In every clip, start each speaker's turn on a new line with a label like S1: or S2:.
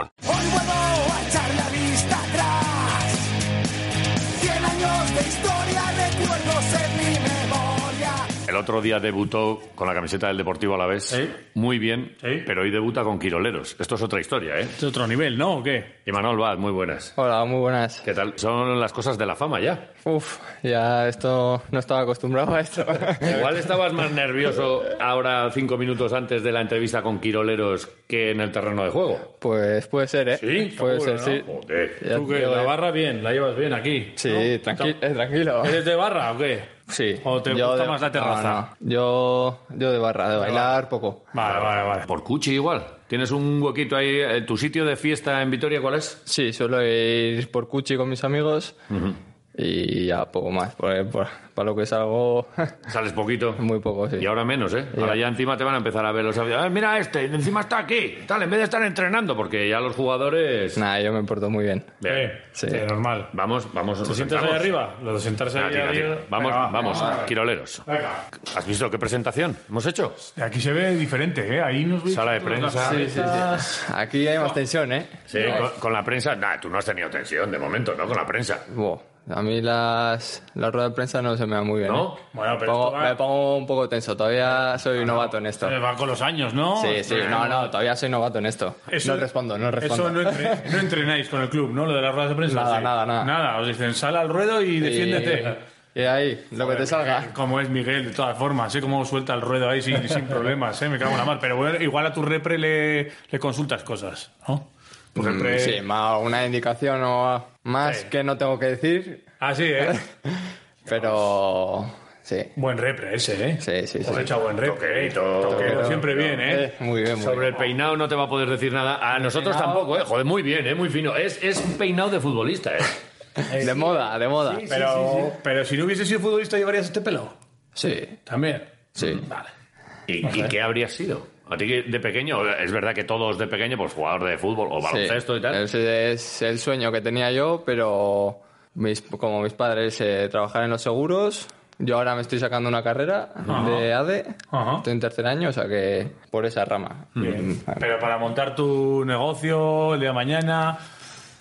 S1: Hoy vuelvo a echar la vista atrás. Cien años de historia, recuerdos en mi memoria.
S2: El otro día debutó con la camiseta del Deportivo a la vez.
S3: Sí.
S2: Muy bien,
S3: Sí.
S2: pero hoy debuta con Quiroleros. Esto es otra historia, ¿eh?
S3: Es otro nivel, ¿no? ¿O qué?
S2: Y Manuel Vaz, muy buenas.
S4: Hola, muy buenas.
S2: ¿Qué tal? Son las cosas de la fama ya.
S4: Uf, ya esto no estaba acostumbrado a esto.
S2: Igual estabas más nervioso ahora cinco minutos antes de la entrevista con Quiroleros que en el terreno de juego.
S4: Pues puede ser, ¿eh? puede
S3: seguro,
S4: ser,
S3: ¿no?
S4: sí.
S2: Joder.
S4: Ya
S3: ¿Tú qué?
S4: te digo,
S3: ¿La
S4: eh.
S3: barra bien? ¿La llevas bien aquí?
S4: Sí,
S3: ¿No?
S4: tranqui- eh, tranquilo.
S3: ¿Eres de barra o qué?
S4: Sí.
S3: ¿O te gusta más la terraza?
S4: no, no. Yo, yo de barra, de bailar poco.
S3: Vale, vale, vale.
S2: Por Cuchi igual. Tienes un huequito ahí. eh, ¿Tu sitio de fiesta en Vitoria cuál es?
S4: Sí, suelo ir por cuchi con mis amigos y ya poco más. porque por- para lo que salgo,
S2: Sales poquito.
S4: muy poco, sí.
S2: Y ahora menos, ¿eh? Ahora ya encima te van a empezar a ver los aficionados. "Ah, Mira este, encima está aquí. Tal, en vez de estar entrenando, porque ya los jugadores...
S4: Nnah, yo me porto muy bien.
S2: Bien.
S3: Eh,
S4: Sí.
S3: eh, normal.
S2: Vamos, vamos.
S3: ¿Te sientas ahí arriba? Lo de sentarse ahí arriba.
S2: Vamos,
S3: Venga, va.
S2: vamos, quiroleros.
S3: Venga.
S2: ¿Has visto qué presentación hemos hecho?
S5: Aquí se ve diferente, ¿eh? Ahí nos veis
S2: Sala de
S5: todos
S2: prensa.
S5: las-
S4: Sí, sí, sí. Aquí hay más tensión, ¿eh?
S2: Sí, con, con la prensa. Nah, tú no has tenido tensión de momento, ¿no? Con la prensa.
S4: Buah, a mí las, la rueda de prensa no se me da muy bien.
S2: ¿No?
S4: ¿eh?
S3: Bueno, pero
S4: Pongo-
S3: esto va-
S4: Me pongo un poco tenso, todavía soy novato en esto.
S3: Eh, Va con los años, ¿no?
S4: Sí, sí, no, no, todavía soy novato en esto.
S3: Eso-
S4: no respondo, no respondo.
S3: Eso no, entre- no entrenáis con el club, ¿no? Lo de las ruedas de prensa.
S4: Nada,
S3: sí.
S4: nada, nada.
S3: Nada, os dicen, sal al ruedo y
S4: Y-
S3: defiéndete.
S4: Y, ahí, lo que te salga.
S3: Como es Miguel, de todas formas, sé cómo suelta el ruedo ahí sin, sin problemas, ¿eh? me cago en la mar. Pero bueno, igual a tu repre le, le consultas cosas, ¿no? Tu repre-
S4: Mm, Sí, más una indicación o más
S3: Sí.
S4: que no tengo que decir,
S3: Ah, sí, ¿eh?
S4: pero sí,
S3: Buen repre ese, ¿eh?
S4: sí, sí. sí.
S3: Os he hecho buen repre. ¿eh?
S2: Toquerito.
S3: Toquero, siempre bien, ¿eh?
S4: Eh, muy bien, muy
S2: Sobre
S4: bien.
S2: el peinado no te va a poder decir nada. A nosotros
S4: peinado-
S2: tampoco, ¿eh? Joder, muy bien, ¿eh? Muy fino. Es, es un peinado de futbolista, ¿eh?
S4: De moda, de moda. Sí,
S3: Pero, pero si no hubiese sido futbolista, llevarías este pelo.
S4: sí.
S3: También. Vale.
S2: ¿Y, y qué habrías sido? A ti que de pequeño, es verdad que todos de pequeño, pues jugador de fútbol o baloncesto y tal.
S4: Ese es el sueño que tenía yo, pero mis- como mis padres eh, trabajaban en los seguros, yo ahora me estoy sacando una carrera de ADE,
S3: Ajá.
S4: estoy en tercer año, o sea que por esa rama. Mm.
S3: Bien. Pero para montar tu negocio el día de mañana,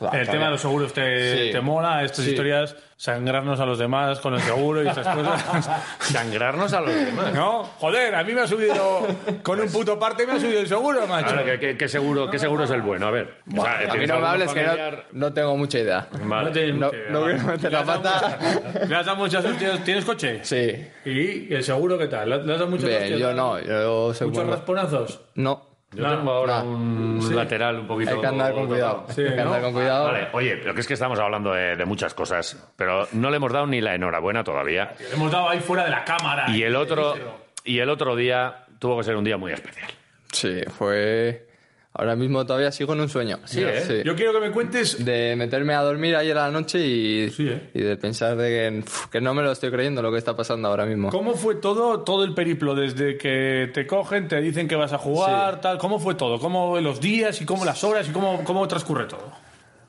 S4: Va,
S3: el tema
S4: está bien.
S3: de los seguros te,
S4: Ah, Sí.
S3: te mola, estas
S4: Sí.
S3: historias, sangrarnos a los demás con el seguro y estas cosas.
S2: Sangrarnos a los demás.
S3: ¿No? Joder, a mí me ha subido, con un puto parte me ha subido el seguro, macho.
S2: Ahora, ¿qué, qué- qué seguro, qué seguro es el bueno? A ver. O sea,
S4: a mí
S2: ¿tienes
S4: no me
S2: algún
S4: hables que no,
S2: familiar?
S4: no tengo mucha idea.
S2: Vale.
S4: No, no quiero meter la pata.
S3: ¿Le has dado muchas hostias? ¿Tienes coche?
S4: Sí,
S3: ¿Y el seguro qué tal? ¿Le has dado muchas
S4: bien,
S3: hostias?
S4: yo no, yo soy
S3: ¿Muchos
S4: muy-
S3: rasponazos?
S4: No,
S2: Yo tengo ahora
S4: no.
S2: un lateral un poquito.
S4: hay que andar con cuidado.
S3: Sí,
S4: hay que
S3: ¿no?
S4: andar con cuidado.
S2: Vale, oye, lo que es que estamos hablando de, de muchas cosas, pero no le hemos dado ni la enhorabuena todavía.
S3: Le hemos dado ahí fuera de la cámara.
S2: Y el otro,
S3: Díselo.
S2: y el otro día tuvo que ser un día muy especial.
S4: Sí, fue. Ahora mismo todavía sigo en un sueño. Sí,
S2: ¿eh?
S3: Yo quiero que me cuentes...
S4: De meterme a dormir ayer a la noche y,
S3: Sí, ¿eh?
S4: y de pensar de que, pf, que no me lo estoy creyendo lo que está pasando ahora mismo.
S3: ¿Cómo fue todo, todo el periplo? Desde que te cogen, te dicen que vas a jugar, tal. ¿Cómo fue todo? ¿Cómo los días y cómo las horas y cómo, cómo transcurre todo?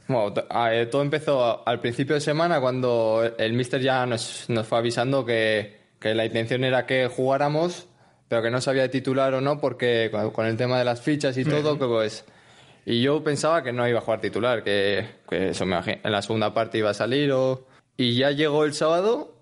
S4: Bueno, t- ah, eh, todo empezó al principio de semana cuando el mister ya nos, nos fue avisando que, que la intención era que jugáramos, pero que no sabía de titular o no porque con, con el tema de las fichas y todo, que pues... Y yo pensaba que no iba a jugar titular, que, que eso me imagino, en la segunda parte iba a salir o... Y ya llegó el sábado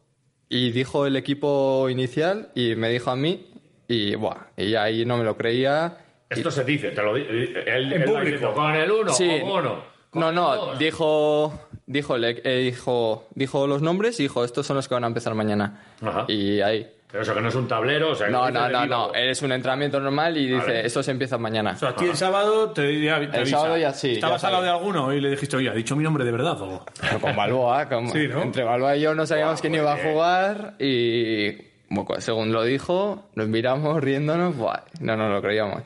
S4: y dijo el equipo inicial y me dijo a mí y, buah, y ahí no me lo creía.
S2: Esto se dice, te lo di- eh, el, el
S3: público.
S2: diciendo, Con el uno,
S4: Sí.
S2: con uno. con
S4: No,
S2: el
S4: no,
S2: dos".
S4: dijo, dijo, le- eh, dijo, dijo los nombres y dijo, estos son los que van a empezar mañana.
S2: Ajá.
S4: Y ahí.
S2: Pero eso que no es un tablero, o sea,
S4: No,
S2: que
S4: no,
S2: dice
S4: no,
S2: el
S4: no, eh.
S2: equipo.
S4: eres un entrenamiento normal y
S2: Vale.
S4: dice, estos empiezan mañana.
S3: O sea, a ti el sábado te, ya- te
S4: El
S3: avisa.
S4: sábado ya sí,
S3: ¿Estabas
S4: ya
S3: al lado de
S4: sabía.
S3: alguno y le dijiste, oye, ¿ha dicho mi nombre de verdad? o?
S4: Pero Con Balboa, con-
S3: Sí, ¿no?
S4: entre Balboa y yo no sabíamos
S2: Guau,
S4: quién
S2: muy
S4: iba a
S2: bien.
S4: jugar y bueno, según lo dijo, nos miramos riéndonos, ¡buah! no nos lo creíamos.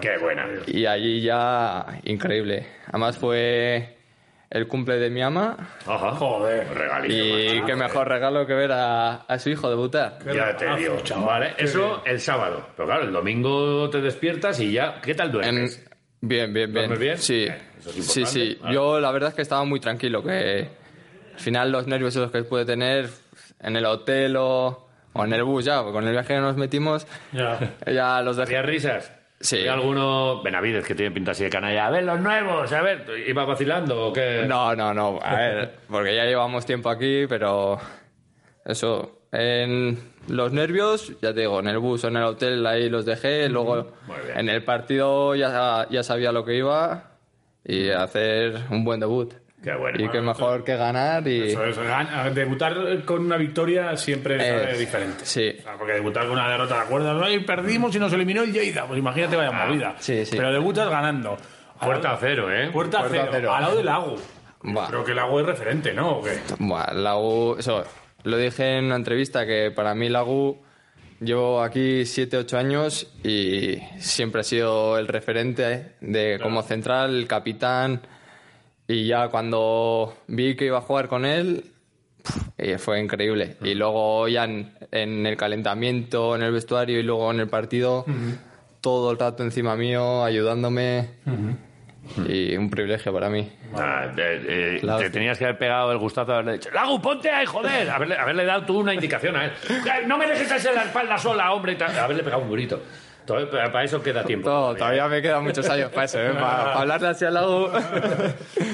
S2: Qué buena. tío.
S4: Y allí ya, increíble. Además fue el cumple de mi ama
S2: Ajá. Joder. Regalito. pues.
S4: y
S2: macho.
S4: qué mejor regalo que ver a, a su hijo debutar.
S2: Ya te digo, chaval. Eso el sábado. Pero claro, el domingo te despiertas y ya. ¿Qué tal
S4: En-
S2: duermes?
S4: Bien, bien, bien.
S2: Pues, ¿Duermes bien?
S4: Sí,
S2: Eh, eso es
S4: sí,
S2: importante,
S4: sí.
S2: claro.
S4: Yo la verdad es que estaba muy tranquilo, que al final los nervios esos que pude tener en el hotel o, o en el bus ya, porque con el viaje que nos metimos,
S3: Ya.
S4: ya los dejé.
S2: ¿Había risas?
S4: Sí.
S2: ¿Había alguno. Benavides, que tiene pinta así de canalla. A ver, los nuevos, a ver. ¿Iba vacilando o qué?
S4: No, no, no. A ver, porque ya llevamos tiempo aquí, pero eso. En los nervios, ya te digo, en el bus o en el hotel ahí los dejé. Luego en el partido ya, ya sabía lo que iba y hacer un buen debut.
S2: Qué bueno.
S4: Y qué mejor que ganar y...
S3: Eso es, gan- Debutar con una victoria siempre
S4: Eh,
S3: es diferente.
S4: sí.
S3: O sea, porque debutar con una derrota, ¿te acuerdas? Ay, perdimos y nos eliminó el Lleida. Pues imagínate vaya movida.
S4: Ah, sí, sí.
S3: Pero debutas ganando. A
S2: Puerta a
S3: lado-
S2: cero, ¿eh?
S3: Puerta,
S4: Puerta
S3: cero,
S4: cero.
S3: Al lado del lago.
S4: Buah.
S3: Creo que el lago es referente, ¿no? ¿O qué?
S4: Buah, la U- eso, lo dije en una entrevista que para mí la U llevo aquí 7, 8 años y siempre ha sido el referente eh, de como central, el capitán. Y ya cuando vi que iba a jugar con él, pf, eh, fue increíble. Y luego ya en, en el calentamiento, en el vestuario y luego en el partido, todo el rato encima mío, ayudándome. Y un privilegio para mí.
S2: Ah, eh, eh,
S4: La
S2: te
S4: hostia.
S2: tenías que haber pegado el gustazo de haberle dicho, Lagu, ponte ahí, joder. Haberle, haberle dado tú una indicación a él. "Eh, No me dejes hacer la espalda sola, hombre. y tal. Haberle pegado un burrito. Todo- Para para eso queda tiempo.
S4: No, todavía me quedan muchos años para eso, ¿eh? para, para hablarle así al lado.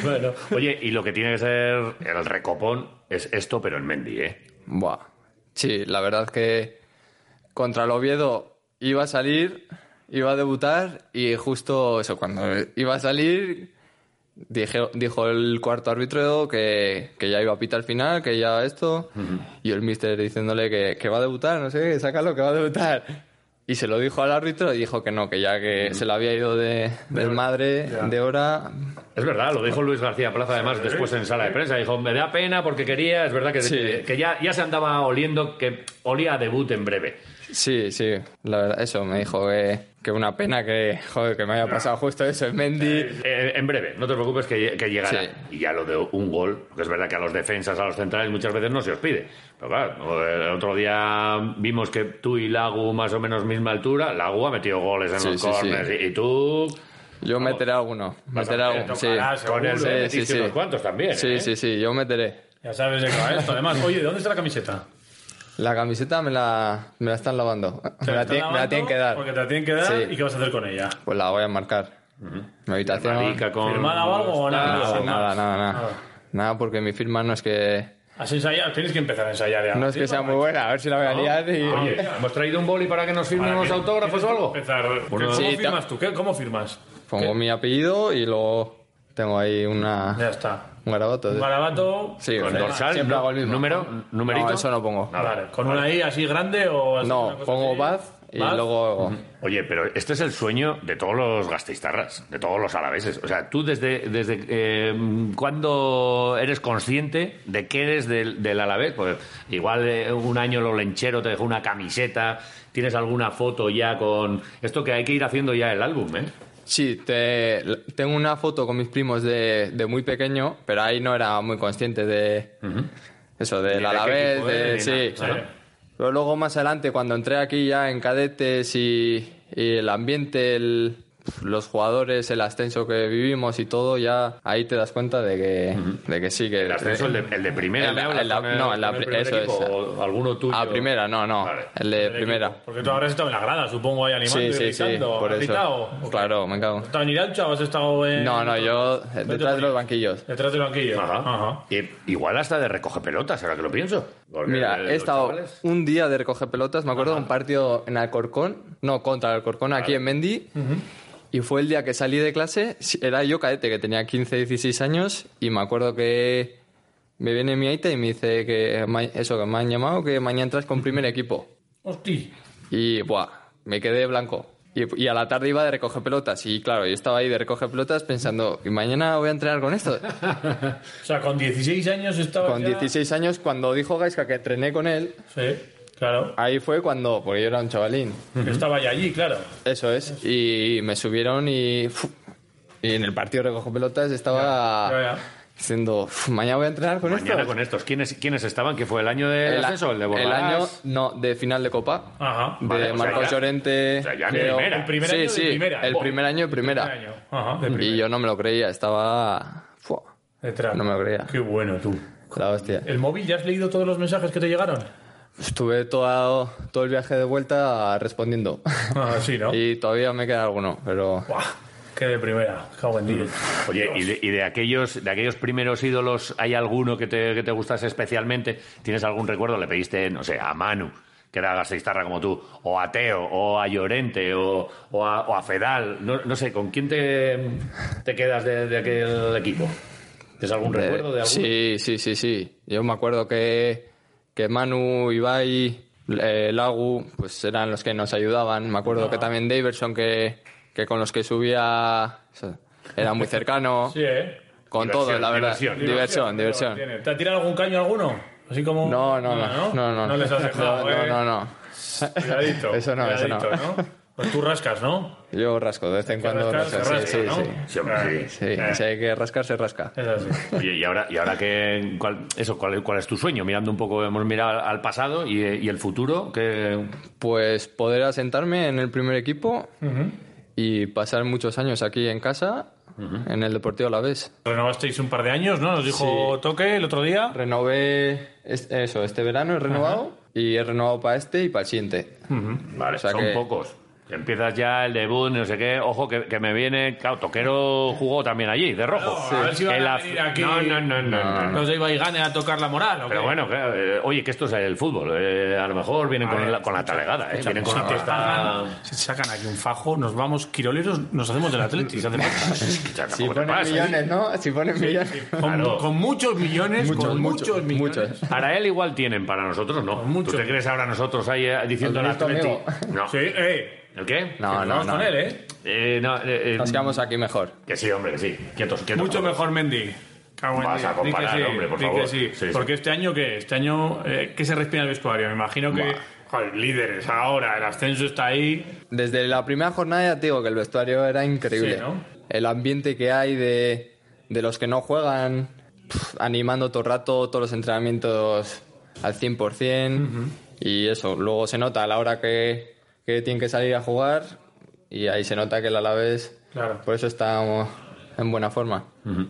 S2: Bueno, oye, y lo que tiene que ser el recopón es esto, pero en Mendy, ¿eh?
S4: Buah. Sí, la verdad que contra el Oviedo iba a salir, iba a debutar y justo eso, cuando iba a salir, dije- dijo el cuarto árbitro que, que ya iba a pitar final, que ya esto, y el mister diciéndole que, que va a debutar, no sé, qué, sácalo, que va a debutar. Y se lo dijo al árbitro y dijo que no, que ya que se le había ido de, del madre de hora,
S2: Es verdad, lo dijo Luis García Plaza además después en sala de prensa. Dijo, me da pena porque quería, es verdad que,
S4: Sí.
S2: que ya, ya se andaba oliendo, que olía a debut en breve.
S4: Sí, sí, la verdad, eso me dijo que, que una pena que, joder, que me haya pasado justo eso en Mendy.
S2: Eh, en breve, no te preocupes que, que llegará.
S4: Sí.
S2: Y ya lo de un gol, porque es verdad que a los defensas, a los centrales muchas veces no se os pide. Pero claro, el otro día vimos que tú y Lagu más o menos misma altura, Lagu ha metido goles en
S4: Sí,
S2: los
S4: sí,
S2: córneres
S4: sí.
S2: y, y tú...
S4: Yo meteré alguno, meteré alguno, sí.
S3: tocarás,
S2: Con él
S3: Seguro,
S4: Sí,
S2: metiste
S4: sí, sí.
S2: unos cuantos también,
S4: Sí,
S2: ¿eh?
S4: sí, sí, yo meteré.
S3: Ya sabes de qué va esto. Además, oye, ¿de dónde está la camiseta?
S4: La camiseta me la, me la están lavando. Me la,
S3: están
S4: tienen- me la
S3: lavando
S4: tienen que dar.
S3: Porque te la tienen que dar.
S4: Sí.
S3: ¿Y qué vas a hacer con ella?
S4: Pues la voy a marcar. Mi habitación.
S2: Marica con...
S3: ¿Firmada o algo o nada?
S4: Nada,
S3: Sin
S4: nada,
S3: más.
S4: nada, nada.
S3: Nada.
S4: Nada, porque mi firma no es que,
S3: ¿Has ensayado? Tienes que empezar a ensayar ya.
S4: no es que sea muy buena, a ver si la voy a liar y...
S2: Oye, ¿hemos traído un boli para que nos firmen unos autógrafos o algo?
S3: Empezar.
S2: Bueno,
S3: ¿Cómo
S4: Sí, ta-
S3: firmas tú? ¿Qué? ¿Cómo firmas?
S4: Pongo mi apellido y luego tengo ahí
S3: Ya
S4: una,
S3: está.
S4: un garabato.
S3: Un
S4: de-
S3: garabato.
S4: Sí,
S2: Con
S4: sí,
S2: dorsal,
S4: siempre hago el mismo.
S2: número, numerito.
S4: No, eso no pongo.
S2: Nada.
S3: Vale, ¿Con una I así grande o así una
S4: No,
S3: cosa
S4: pongo
S3: así?
S4: Baz y
S3: Baz.
S4: luego.
S2: Oye, pero este es el sueño de todos los gasteiztarras, de todos los alaveses. O sea, tú desde, desde eh, cuándo eres consciente de que eres del, del alavés, pues igual eh, un año lo lenchero te dejó una camiseta, tienes alguna foto ya con esto que hay que ir haciendo ya el álbum, ¿eh?
S4: Sí, te- tengo una foto con mis primos de, de muy pequeño, pero ahí no era muy consciente de eso, del
S2: de qué
S4: Alavés,
S2: equipo
S4: de.
S2: eres, ni
S4: Sí.
S2: nada, ¿no?
S4: Pero luego más adelante, cuando entré aquí ya en cadetes y, y el ambiente, el- los jugadores, el ascenso que vivimos y todo, ya ahí te das cuenta de que, de que sí, que.
S2: El ascenso, el de, el de primera,
S4: El-
S2: ¿me hablas
S4: el-
S2: con
S4: no, el-
S2: con primer
S4: eso
S2: equipo
S4: es.
S2: o alguno tuyo.
S4: A primera, no, no.
S2: Vale.
S4: El de primera.
S3: Porque tú habrás estado en la grada, supongo, ahí animando
S4: Sí,
S3: y
S4: sí, sí.
S3: gritando.
S4: Por
S3: ¿Has gritado?
S4: eso.
S3: ¿O qué?
S4: Claro, me cago.
S3: ¿Has estado en Iraucha o has estado en...?
S4: No, no, yo eh,
S3: Vete
S4: detrás
S3: por
S4: de
S3: ahí.
S4: los banquillos.
S3: Detrás del banquillo.
S2: Ajá.
S3: Ajá.
S2: Y- igual hasta de recoge pelotas, ahora que lo pienso. Porque
S4: Mira,
S2: los
S4: he estado
S2: chavales-
S4: un día de recoger pelotas. Me acuerdo de un partido en Alcorcón, no, contra Alcorcón, aquí en Mendy. Y fue el día que salí de clase. si- Era yo cadete, que tenía 15, 16 años. Y me acuerdo que me viene mi aita y me dice que ma- eso, que me han llamado, que mañana entras con primer equipo.
S3: Hosti.
S4: Y, buah, me quedé blanco. Y, y a la tarde iba de recoger pelotas. Y claro, yo estaba ahí de recoger pelotas pensando, ¿y mañana voy a entrenar con esto?
S3: O sea, con 16 años estaba
S4: Con
S3: ya-
S4: 16 años, cuando dijo Gaisca que entrené con él,
S3: Sí. Claro.
S4: Ahí fue cuando, porque yo era un chavalín,
S3: Yo estaba ya allí, claro.
S4: eso es, y me subieron y, fu- y en el partido recojo pelotas estaba
S3: Ya, ya.
S4: diciendo, "Fu, mañana voy a entrenar con
S2: Mañana
S4: esto.
S2: con estos. ¿Quiénes, ¿Quiénes estaban? ¿Qué fue el año del
S4: a-
S2: ascenso? ¿El de
S4: el
S2: Borrás?
S4: año, no, de final de Copa,
S3: Ajá.
S4: de
S2: vale, o sea,
S4: Marcos
S2: ya-
S4: Llorente.
S2: o sea, ya en
S4: creo.
S2: primera.
S3: El primer
S4: sí,
S3: año de
S4: sí,
S3: primera.
S4: el
S3: Buah.
S4: primer año de primera.
S3: Primer año. Ajá, de
S4: Y
S3: primera.
S4: yo no me lo creía, estaba... fu,
S3: Detrás.
S4: No me lo creía.
S3: Qué bueno tú.
S4: la hostia.
S3: ¿El móvil ya has leído todos los mensajes que te llegaron?
S4: Estuve todo, todo el viaje de vuelta respondiendo.
S3: Ah, sí, ¿no?
S4: Y todavía me queda alguno, pero...
S3: Buah, qué de primera. Cago en diez.
S2: Oye, ¿y de, y de aquellos, de aquellos primeros ídolos hay alguno que te, que te gustase especialmente? ¿Tienes algún recuerdo? ¿Le pediste, no sé, a Manu, que era gasteiztarra como tú, o a Teo, o a Llorente, o, o a, o a Fedal? No, no sé, ¿con quién te, te quedas de, de aquel equipo? ¿Tienes algún recuerdo de
S4: Eh,
S2: alguno?
S4: Sí, sí, sí, sí. Yo me acuerdo que, que Manu, Ibai, eh, Lagu, pues eran los que nos ayudaban. Me acuerdo que también Daverson, que, que con los que subía, o sea, era muy cercano.
S3: Sí, ¿eh?
S4: Con
S2: Diversión,
S4: todo, la verdad.
S2: diversión.
S4: Diversión,
S3: Pero
S4: diversión.
S3: tiene. ¿Te ha tirado algún caño alguno? Así como...
S4: No, no, no, no, no,
S3: No les has dejado,
S4: No,
S3: ¿eh?
S4: no, no, no.
S3: Cuidadito.
S4: Eso no, eso no.
S3: cuidadito, Pues tú rascas, ¿no?
S4: Yo rasco de vez en cuando.
S3: rascas, se
S4: rasco. Sí,
S3: rasca,
S4: sí,
S3: ¿no? Eh.
S4: sí.
S2: Sí, hombre, sí.
S4: Sí, si hay que rascar, se rasca.
S3: Es así.
S2: Oye, y ahora, y ahora que, ¿cuál, eso, cuál, cuál es tu sueño? Mirando un poco, hemos mirado al- al pasado y, eh, y el futuro, que
S4: Pues poder asentarme en el primer equipo y pasar muchos años aquí en casa, en el Deportivo Alavés.
S3: Renovasteis un par de años, ¿no? Nos dijo Toque el otro día.
S4: Renové es- eso, este verano he renovado y he renovado para este y para el siguiente.
S2: Vale,
S4: O sea
S2: son
S4: que-
S2: pocos. Empiezas ya el debut, no sé qué. Ojo, que, que me viene. Claro, Toquero jugó también allí, de rojo.
S3: a ver si van
S2: El
S3: a
S2: af-
S3: venir aquí.
S2: No, no, no, no, no, no.
S3: Nos iba y gane a tocar la moral. ¿o
S2: Pero
S3: qué?
S2: bueno, claro, eh, oye, que esto es el fútbol. eh, a lo mejor vienen con, la, con la talegada, ¿eh? Vienen con
S3: si
S2: la
S3: te
S2: pasta.
S3: pagan, si te sacan aquí un fajo, nos vamos quiroleros, nos hacemos del Atlético. si hace falta.
S2: O sea,
S4: Si
S2: tampoco te
S4: ponen
S2: pases.
S4: millones, ¿no? Si ponen millones.
S3: Con, con muchos millones, con muchos, millones.
S4: Muchos.
S2: Para él igual tienen, para nosotros no.
S3: Mucho.
S2: ¿Tú te crees ahora nosotros ahí eh, diciendo al
S4: Has visto,
S2: Atleti?
S4: amigo.
S2: No.
S3: Sí, eh.
S2: ¿El qué?
S4: No, no,
S3: Vamos
S4: no.
S3: con él, ¿eh?
S2: Eh, no, eh, eh,
S4: Nos quedamos aquí mejor.
S2: que sí, hombre, que sí. Quietos, quietos.
S3: Mucho mejor Mendy. Cago en
S2: Vas
S3: diez.
S2: a
S3: Di que
S2: comparar,
S3: sí,
S2: hombre, por
S3: di que
S2: favor.
S3: sí.
S2: Sí, sí.
S3: Porque este año, ¿qué? Este año, eh, ¿qué se respira en el vestuario? Me imagino que, joder, líderes ahora, el ascenso está ahí.
S4: Desde la primera jornada ya te digo que el vestuario era increíble.
S3: Sí, ¿no?
S4: El ambiente que hay de, de los que no juegan, pf, animando todo el rato, todos los entrenamientos al 100%. Y eso, luego se nota a la hora que, que tienen que salir a jugar y ahí se nota que el Alavés,
S3: Claro.
S4: por eso está um, en buena forma.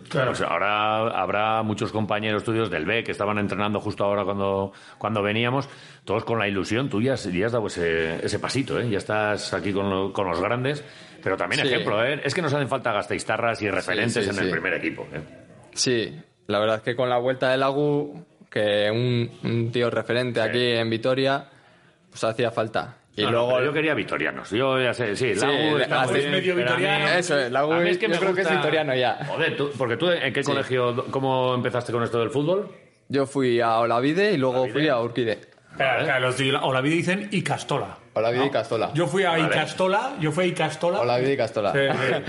S2: Claro, o sea, ahora habrá muchos compañeros tuyos del B que estaban entrenando justo ahora cuando, cuando veníamos, todos con la ilusión. Tú ya, has- ya has dado ese, ese pasito, ¿eh? ya estás aquí con, lo- con los grandes. Pero también
S4: Sí.
S2: ejemplo, ¿eh? es que nos hacen falta gasteiztarras y referentes
S4: sí,
S2: en el
S4: sí.
S2: primer equipo. ¿eh?
S4: Sí, la verdad es que con la vuelta del Agu, que un, un tío referente aquí en Vitoria, pues hacía falta. Y
S2: No, no,
S4: luego
S2: pero yo quería vitorianos. Yo ya sé, sí,
S4: Sí,
S2: Lagu,
S4: le-
S2: Lagu
S4: hace-
S3: medio
S2: pero a mí-
S3: vitoriano.
S4: Eso es, Lagu,
S2: a mí
S4: yo creo que es vitoriano ya.
S2: Joder, tú- porque tú, ¿en qué colegio, cómo empezaste con esto del fútbol?
S4: Yo fui a Olavide y luego fui a Urquide.
S3: Espera, espera, los de Olavide dicen Icastola.
S4: Olavide y Castola.
S3: Yo fui a Icastola, yo fui a Icastola.
S4: Olavide y Castola.
S3: Sí,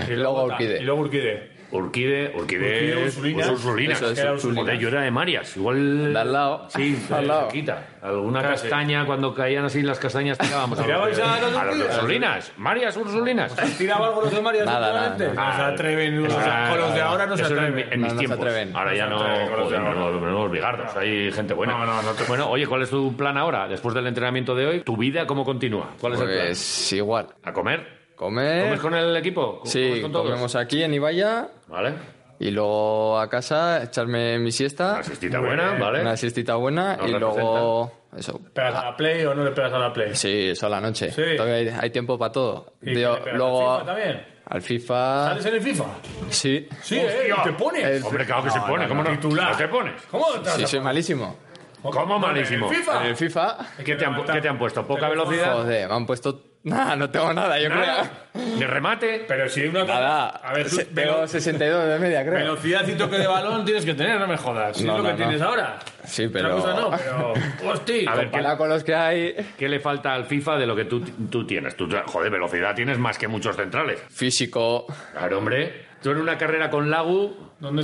S3: sí,
S4: y luego a Urquide.
S3: Y luego Urquide.
S2: Urquide, Urquide,
S3: Urquide, Ursulina.
S2: Pues Ursulina.
S4: Eso es,
S2: Era
S4: Ursulina.
S2: Joder, yo era de Marias, igual...
S4: De al lado.
S2: Sí,
S4: De al lado.
S2: quita. Alguna
S3: Casi.
S2: castaña, cuando caían así las castañas tirábamos a,
S3: ¿Tirabais a los
S2: a
S3: Urquides?
S2: Ursulinas. Marias Ursulinas. Ah,
S3: ¿Tiraba algo los de María?
S4: Nada,
S3: seguramente?
S4: nada,
S3: No se atreven. o sea, con los de ahora no se
S2: Eso era en mi-
S3: atreven.
S2: En
S4: No,
S2: mis
S4: no se
S2: tiempos.
S4: atreven.
S2: Ahora ya no. Joder, no, no, no, bigardos, hay gente buena.
S3: No, no, no te-
S2: Bueno, oye, ¿cuál es tu plan ahora? Después del entrenamiento de hoy, ¿tu vida cómo continúa? ¿Cuál es el plan?
S4: Pues igual.
S2: ¿A comer?
S4: Comer.
S2: ¿Comes con el equipo? ¿Com-
S4: Sí,
S2: comes con todos?
S4: comemos aquí en Ibaya
S2: Vale.
S4: y luego a casa echarme mi siesta,
S2: Una siestita buena, ¿vale?
S4: una siestita buena
S2: Nos
S4: y luego eso.
S3: ¿Pegas a la Play o no le pegas a la Play?
S4: Sí, eso a la noche.
S3: Sí.
S4: Todavía hay, hay tiempo para todo.
S3: ¿Y
S4: Yo-
S3: le pegas
S4: luego
S3: al FIFA también?
S4: al FIFA.
S3: ¿Sales en el FIFA?
S4: Sí.
S3: Sí, ¿eh? ¿Y ¿Te pones?
S4: El-
S2: Hombre, claro que se pone. ¿Cómo no?
S3: Titular.
S2: ¿No te pones?
S3: ¿Cómo te vas
S4: Sí,
S3: a-
S4: soy malísimo.
S2: ¿Cómo malísimo?
S3: ¿En el FIFA?
S4: En el FIFA,
S2: ¿Qué te, han, qué te han puesto? ¿Poca velocidad?
S4: joder, me han puesto. Nada, no tengo nada, yo creo.
S2: ¿De remate?
S3: Pero si hay una...
S4: Nada.
S3: A ver, tú,
S4: Se-
S3: velo-
S4: Ah, tengo 62 de media, creo.
S3: velocidad y toque de balón tienes que tener, no me jodas. Si
S4: No,
S3: es lo
S4: no,
S3: que
S4: no.
S3: tienes ahora.
S4: Sí,
S3: Otra
S4: pero.
S3: cosa no, pero... Hostia.
S2: A ver, ¿qué,
S4: Comparado con los que hay,
S2: qué le falta al FIFA de lo que tú, tú tienes? Tú, joder, velocidad tienes más que muchos centrales.
S4: físico,
S2: Claro, hombre. Tú en una carrera con Lagu.
S3: ¿Dónde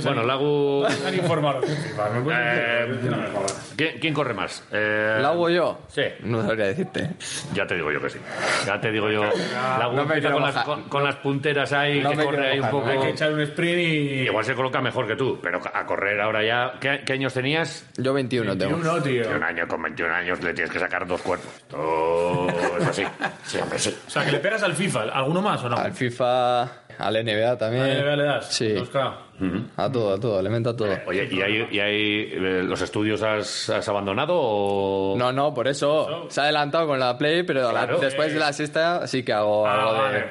S2: bueno,
S3: salió?
S2: Lagu.
S4: pues-
S3: Están informados. ¿Me puedes
S2: eh,
S3: decir? No me jodas.
S2: ¿quién, quién corre más?
S3: Ah.
S2: Eh,
S4: ¿La hago yo?
S2: Sí.
S4: No sabría decirte.
S2: Ya te digo yo que sí. Ya te digo yo. Lagu
S4: no me
S2: empieza
S4: quiero
S2: con las,
S4: mojar.
S2: con, con las punteras ahí,
S4: No
S2: que
S4: me
S2: corre
S4: quiero
S2: ahí un
S4: mojar,
S2: poco.
S4: no.
S3: Hay que echar un sprint y.
S2: Igual se coloca mejor que tú, pero a correr ahora ya. ¿Qué, qué años tenías?
S4: Yo 21
S3: Y
S4: tengo.
S3: uno, tío.
S2: Un año con 21 años le tienes que sacar dos cuerpos. Todo es así. Sí, hombre, sí.
S3: O sea, que le pegas al FIFA. ¿Alguno más o no?
S4: Al FIFA, al NBA también.
S3: Vale, vale, le das.
S4: Sí.
S3: Busca.
S4: A todo, a todo, alimenta todo.
S2: Oye, ¿y hay, y hay, eh, los estudios has, has abandonado o.?
S3: pues,
S4: No, no, por eso. Se ha adelantado con la Play, pero la-
S2: Claro.
S4: después de la siesta sí que hago
S3: Ah,
S4: algo de,
S3: vale.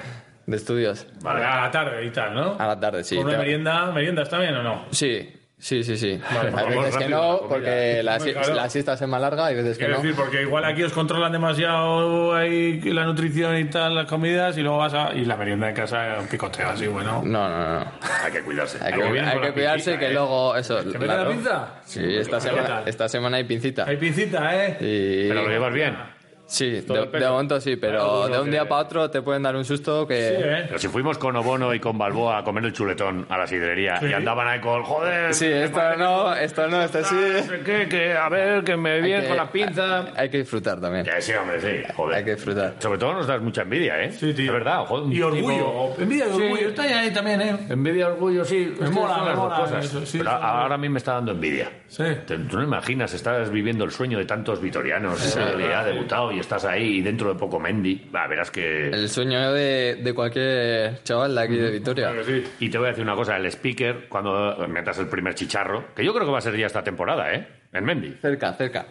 S4: de estudios.
S3: Vale, a la tarde y tal, ¿no?
S4: A la tarde, sí.
S3: ¿Con una
S4: Te-
S3: merienda? ¿Meriendas también o no?
S4: Sí, sí, sí, sí.
S2: vamos
S4: hay veces
S2: rápido a
S4: que
S2: la
S4: no,
S2: comida.
S4: porque la, si-
S3: Hombre, claro.
S4: la siesta es más larga, hay veces que
S3: Quiero
S4: no.
S3: decir, porque igual aquí os controlan demasiado ahí la nutrición y tal, las comidas, y luego vas a. Y la merienda de casa es un picoteo así, bueno.
S4: No, no, no.
S2: Hay que cuidarse.
S4: Hay
S2: Luego
S4: que,
S2: vienen
S4: hay
S2: con
S4: que
S2: la
S4: cuidarse
S2: piquita,
S4: que
S2: ¿eh?
S4: luego eso. ¿Te
S3: mete la pinza?
S4: Sí, esta
S3: ¿Qué
S4: semana,
S3: tal?
S4: esta semana hay pincita.
S3: Hay pincita, ¿eh?
S4: Y-
S2: Pero lo llevas bien.
S4: sí, de,
S3: el pelo.
S4: de momento sí, pero
S3: Alguno
S4: de un
S3: que-
S4: día para otro te pueden dar un susto
S3: Sí,
S4: que.
S3: ¿eh?
S2: Pero si fuimos con Obono y con Balboa a comer el chuletón a la sidrería y andaban ahí con, joder,
S4: Sí, esto no, esto no, esto sí.
S2: no sé qué, que, a ver, que me
S4: Hay
S2: vienen
S4: que-
S2: con la pinza.
S4: Hay que disfrutar también.
S2: Ya, sí, hombre, sí, joder.
S4: Hay que disfrutar.
S2: Sobre todo nos das mucha envidia, ¿eh?
S3: Sí, tío.
S2: Es verdad, joder. un
S3: Y
S2: tipo-
S3: orgullo. Envidia y
S2: Sí.
S3: orgullo. Está ahí también, ¿eh?
S2: Envidia, orgullo, sí. Es que
S3: mola,
S2: son
S3: me
S2: las dos
S3: mola
S2: cosas.
S3: eso, sí,
S2: Pero
S3: sí,
S2: a- ahora a mí me está dando envidia.
S3: Sí.
S2: Te- Tú no imaginas, estás viviendo el sueño de tantos vitorianos, eh, que ha debutado y estás ahí y dentro de poco Mendy. Va, verás que...
S4: El sueño de, de cualquier chaval de aquí de Vitoria.
S2: Y te voy a decir una cosa, el speaker, cuando metas el primer chicharro, que yo creo que va a ser ya esta temporada, ¿eh? En Mendy.
S4: Cerca, cerca.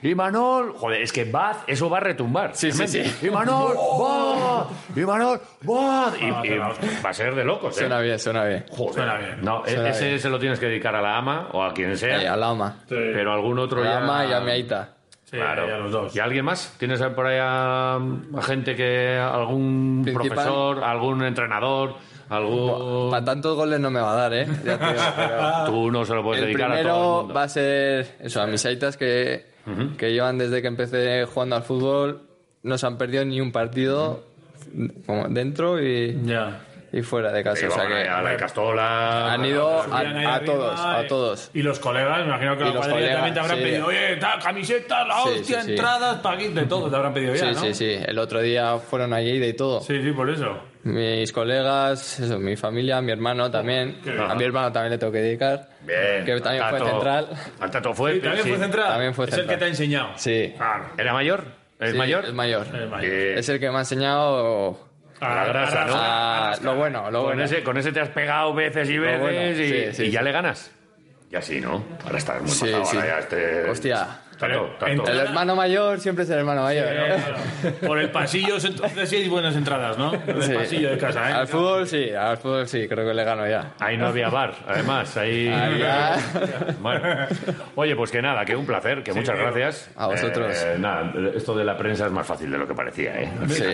S2: Y Manol, joder, es que Baz, eso va a retumbar.
S4: Sí,
S2: en
S4: sí,
S2: Mendy.
S4: sí.
S2: Y Manol, Baz, y Manol, Baz. Y, y va a ser de locos, ¿eh?
S4: Suena bien, suena bien.
S2: Joder.
S3: Suena bien.
S2: No, e-
S4: Suena
S2: ese
S4: bien.
S2: se lo tienes que dedicar a la ama o a quien sea,
S4: Eh, al ama.
S2: pero algún otro
S4: Al
S2: ya...
S4: ama y a mi aita.
S3: Sí,
S2: Claro.
S3: y a los dos.
S2: ¿Y alguien más? ¿Tienes por ahí a, a gente que... algún
S4: Principal.
S2: profesor, algún entrenador, algún...
S4: Para tantos goles no me va a dar, ¿eh? Ya te digo, pero-
S2: Tú no se lo puedes
S4: el
S2: Pues dedicar a
S4: primero
S2: todo el mundo.
S4: va a ser eso, a mis aitas que, que llevan desde que empecé jugando al fútbol, no se han perdido ni un partido como dentro y,
S3: Ya.
S4: y fuera de casa.
S2: Sí,
S4: o sea
S2: vamos,
S4: que
S2: a la de Castola.
S4: han ido a,
S3: Subían ahí
S4: a
S3: arriba,
S4: todos, a
S3: eh,
S4: todos.
S3: Y los colegas, me imagino que
S4: Y
S3: los
S4: los
S3: colegas también te
S4: colegas,
S3: habrán
S4: sí.
S3: pedido, oye, tal, camisetas, la
S4: Sí,
S3: hostia,
S4: sí, sí.
S3: entradas, paquín, de todo, te habrán pedido ya,
S4: Sí,
S3: ¿no?
S4: sí, sí. El otro día fueron allí y de todo.
S3: Sí, sí, por eso.
S4: Mis colegas, eso, mi familia, mi hermano también. A mi hermano también le tengo que dedicar.
S2: Bien.
S4: que también
S2: al
S4: fue
S2: Tato-
S4: central.
S2: Al Tato fue.
S3: Sí, también
S2: sí.
S3: fue central.
S4: También fue
S3: es el
S4: central.
S3: que te ha enseñado.
S4: Sí.
S3: Claro.
S2: ¿Era mayor? ¿Es
S4: Sí,
S2: mayor?
S4: Es mayor.
S3: El mayor.
S2: Bien.
S4: Es el que me ha enseñado
S2: A
S3: Ah,
S2: la grasa, ¿no?
S4: a- lo bueno, lo
S2: con,
S4: bueno.
S2: ese, con ese te has pegado veces y veces
S4: Lo bueno,
S2: y,
S4: sí, sí,
S2: y ya
S4: sí.
S2: le ganas. Ya sí, ¿no? Ahora estás muy
S4: Sí,
S2: pasado,
S4: sí.
S2: ahora ya este...
S4: Hostia.
S2: Tato, Tato.
S4: El hermano mayor siempre es el hermano mayor. ¿no?
S3: Por el pasillo, entonces sí hay buenas entradas, ¿no? Por el
S4: Sí.
S3: pasillo de casa, ¿eh?
S4: Al fútbol sí, al fútbol sí, creo que le gano ya.
S2: Ahí no había bar, además. Ahí...
S4: Ahí ya.
S2: Bueno. Oye, pues que nada, que un placer, que muchas gracias.
S4: A vosotros.
S2: Eh, nada, esto de la prensa es más fácil de lo que parecía, ¿eh?
S4: Sí,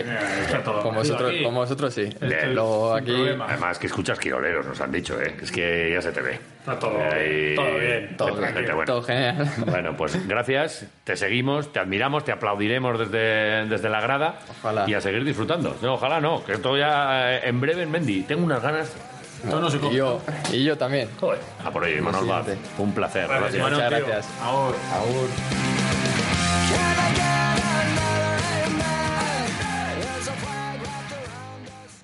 S3: Está todo.
S4: con vosotros,
S3: Aquí.
S4: con vosotros sí.
S2: Bien.
S4: Luego
S3: Sin
S4: aquí
S3: problema.
S2: Además, que escuchas quiroleros, nos han dicho, ¿eh? Es que ya se te ve.
S3: Está todo,
S2: Ahí-
S3: todo bien.
S4: todo,
S2: Vete, vete, bueno.
S4: todo genial.
S2: Bueno, pues gracias, te seguimos, te admiramos, te aplaudiremos desde, desde la grada
S4: Ojalá.
S2: y a seguir disfrutando. No, ojalá no, que esto ya eh, en breve en Mendy. Tengo unas ganas.
S3: Esto no se
S4: Y
S3: coge.
S4: yo, y yo también.
S2: Joder. A por ello, Manuel Vaz.
S4: siguiente.
S2: Un placer. gracias.
S4: Muchas
S3: tío.
S4: gracias.
S3: Ahora.
S4: Agur.
S1: Can I get another amen? There's a flag wrapped around us.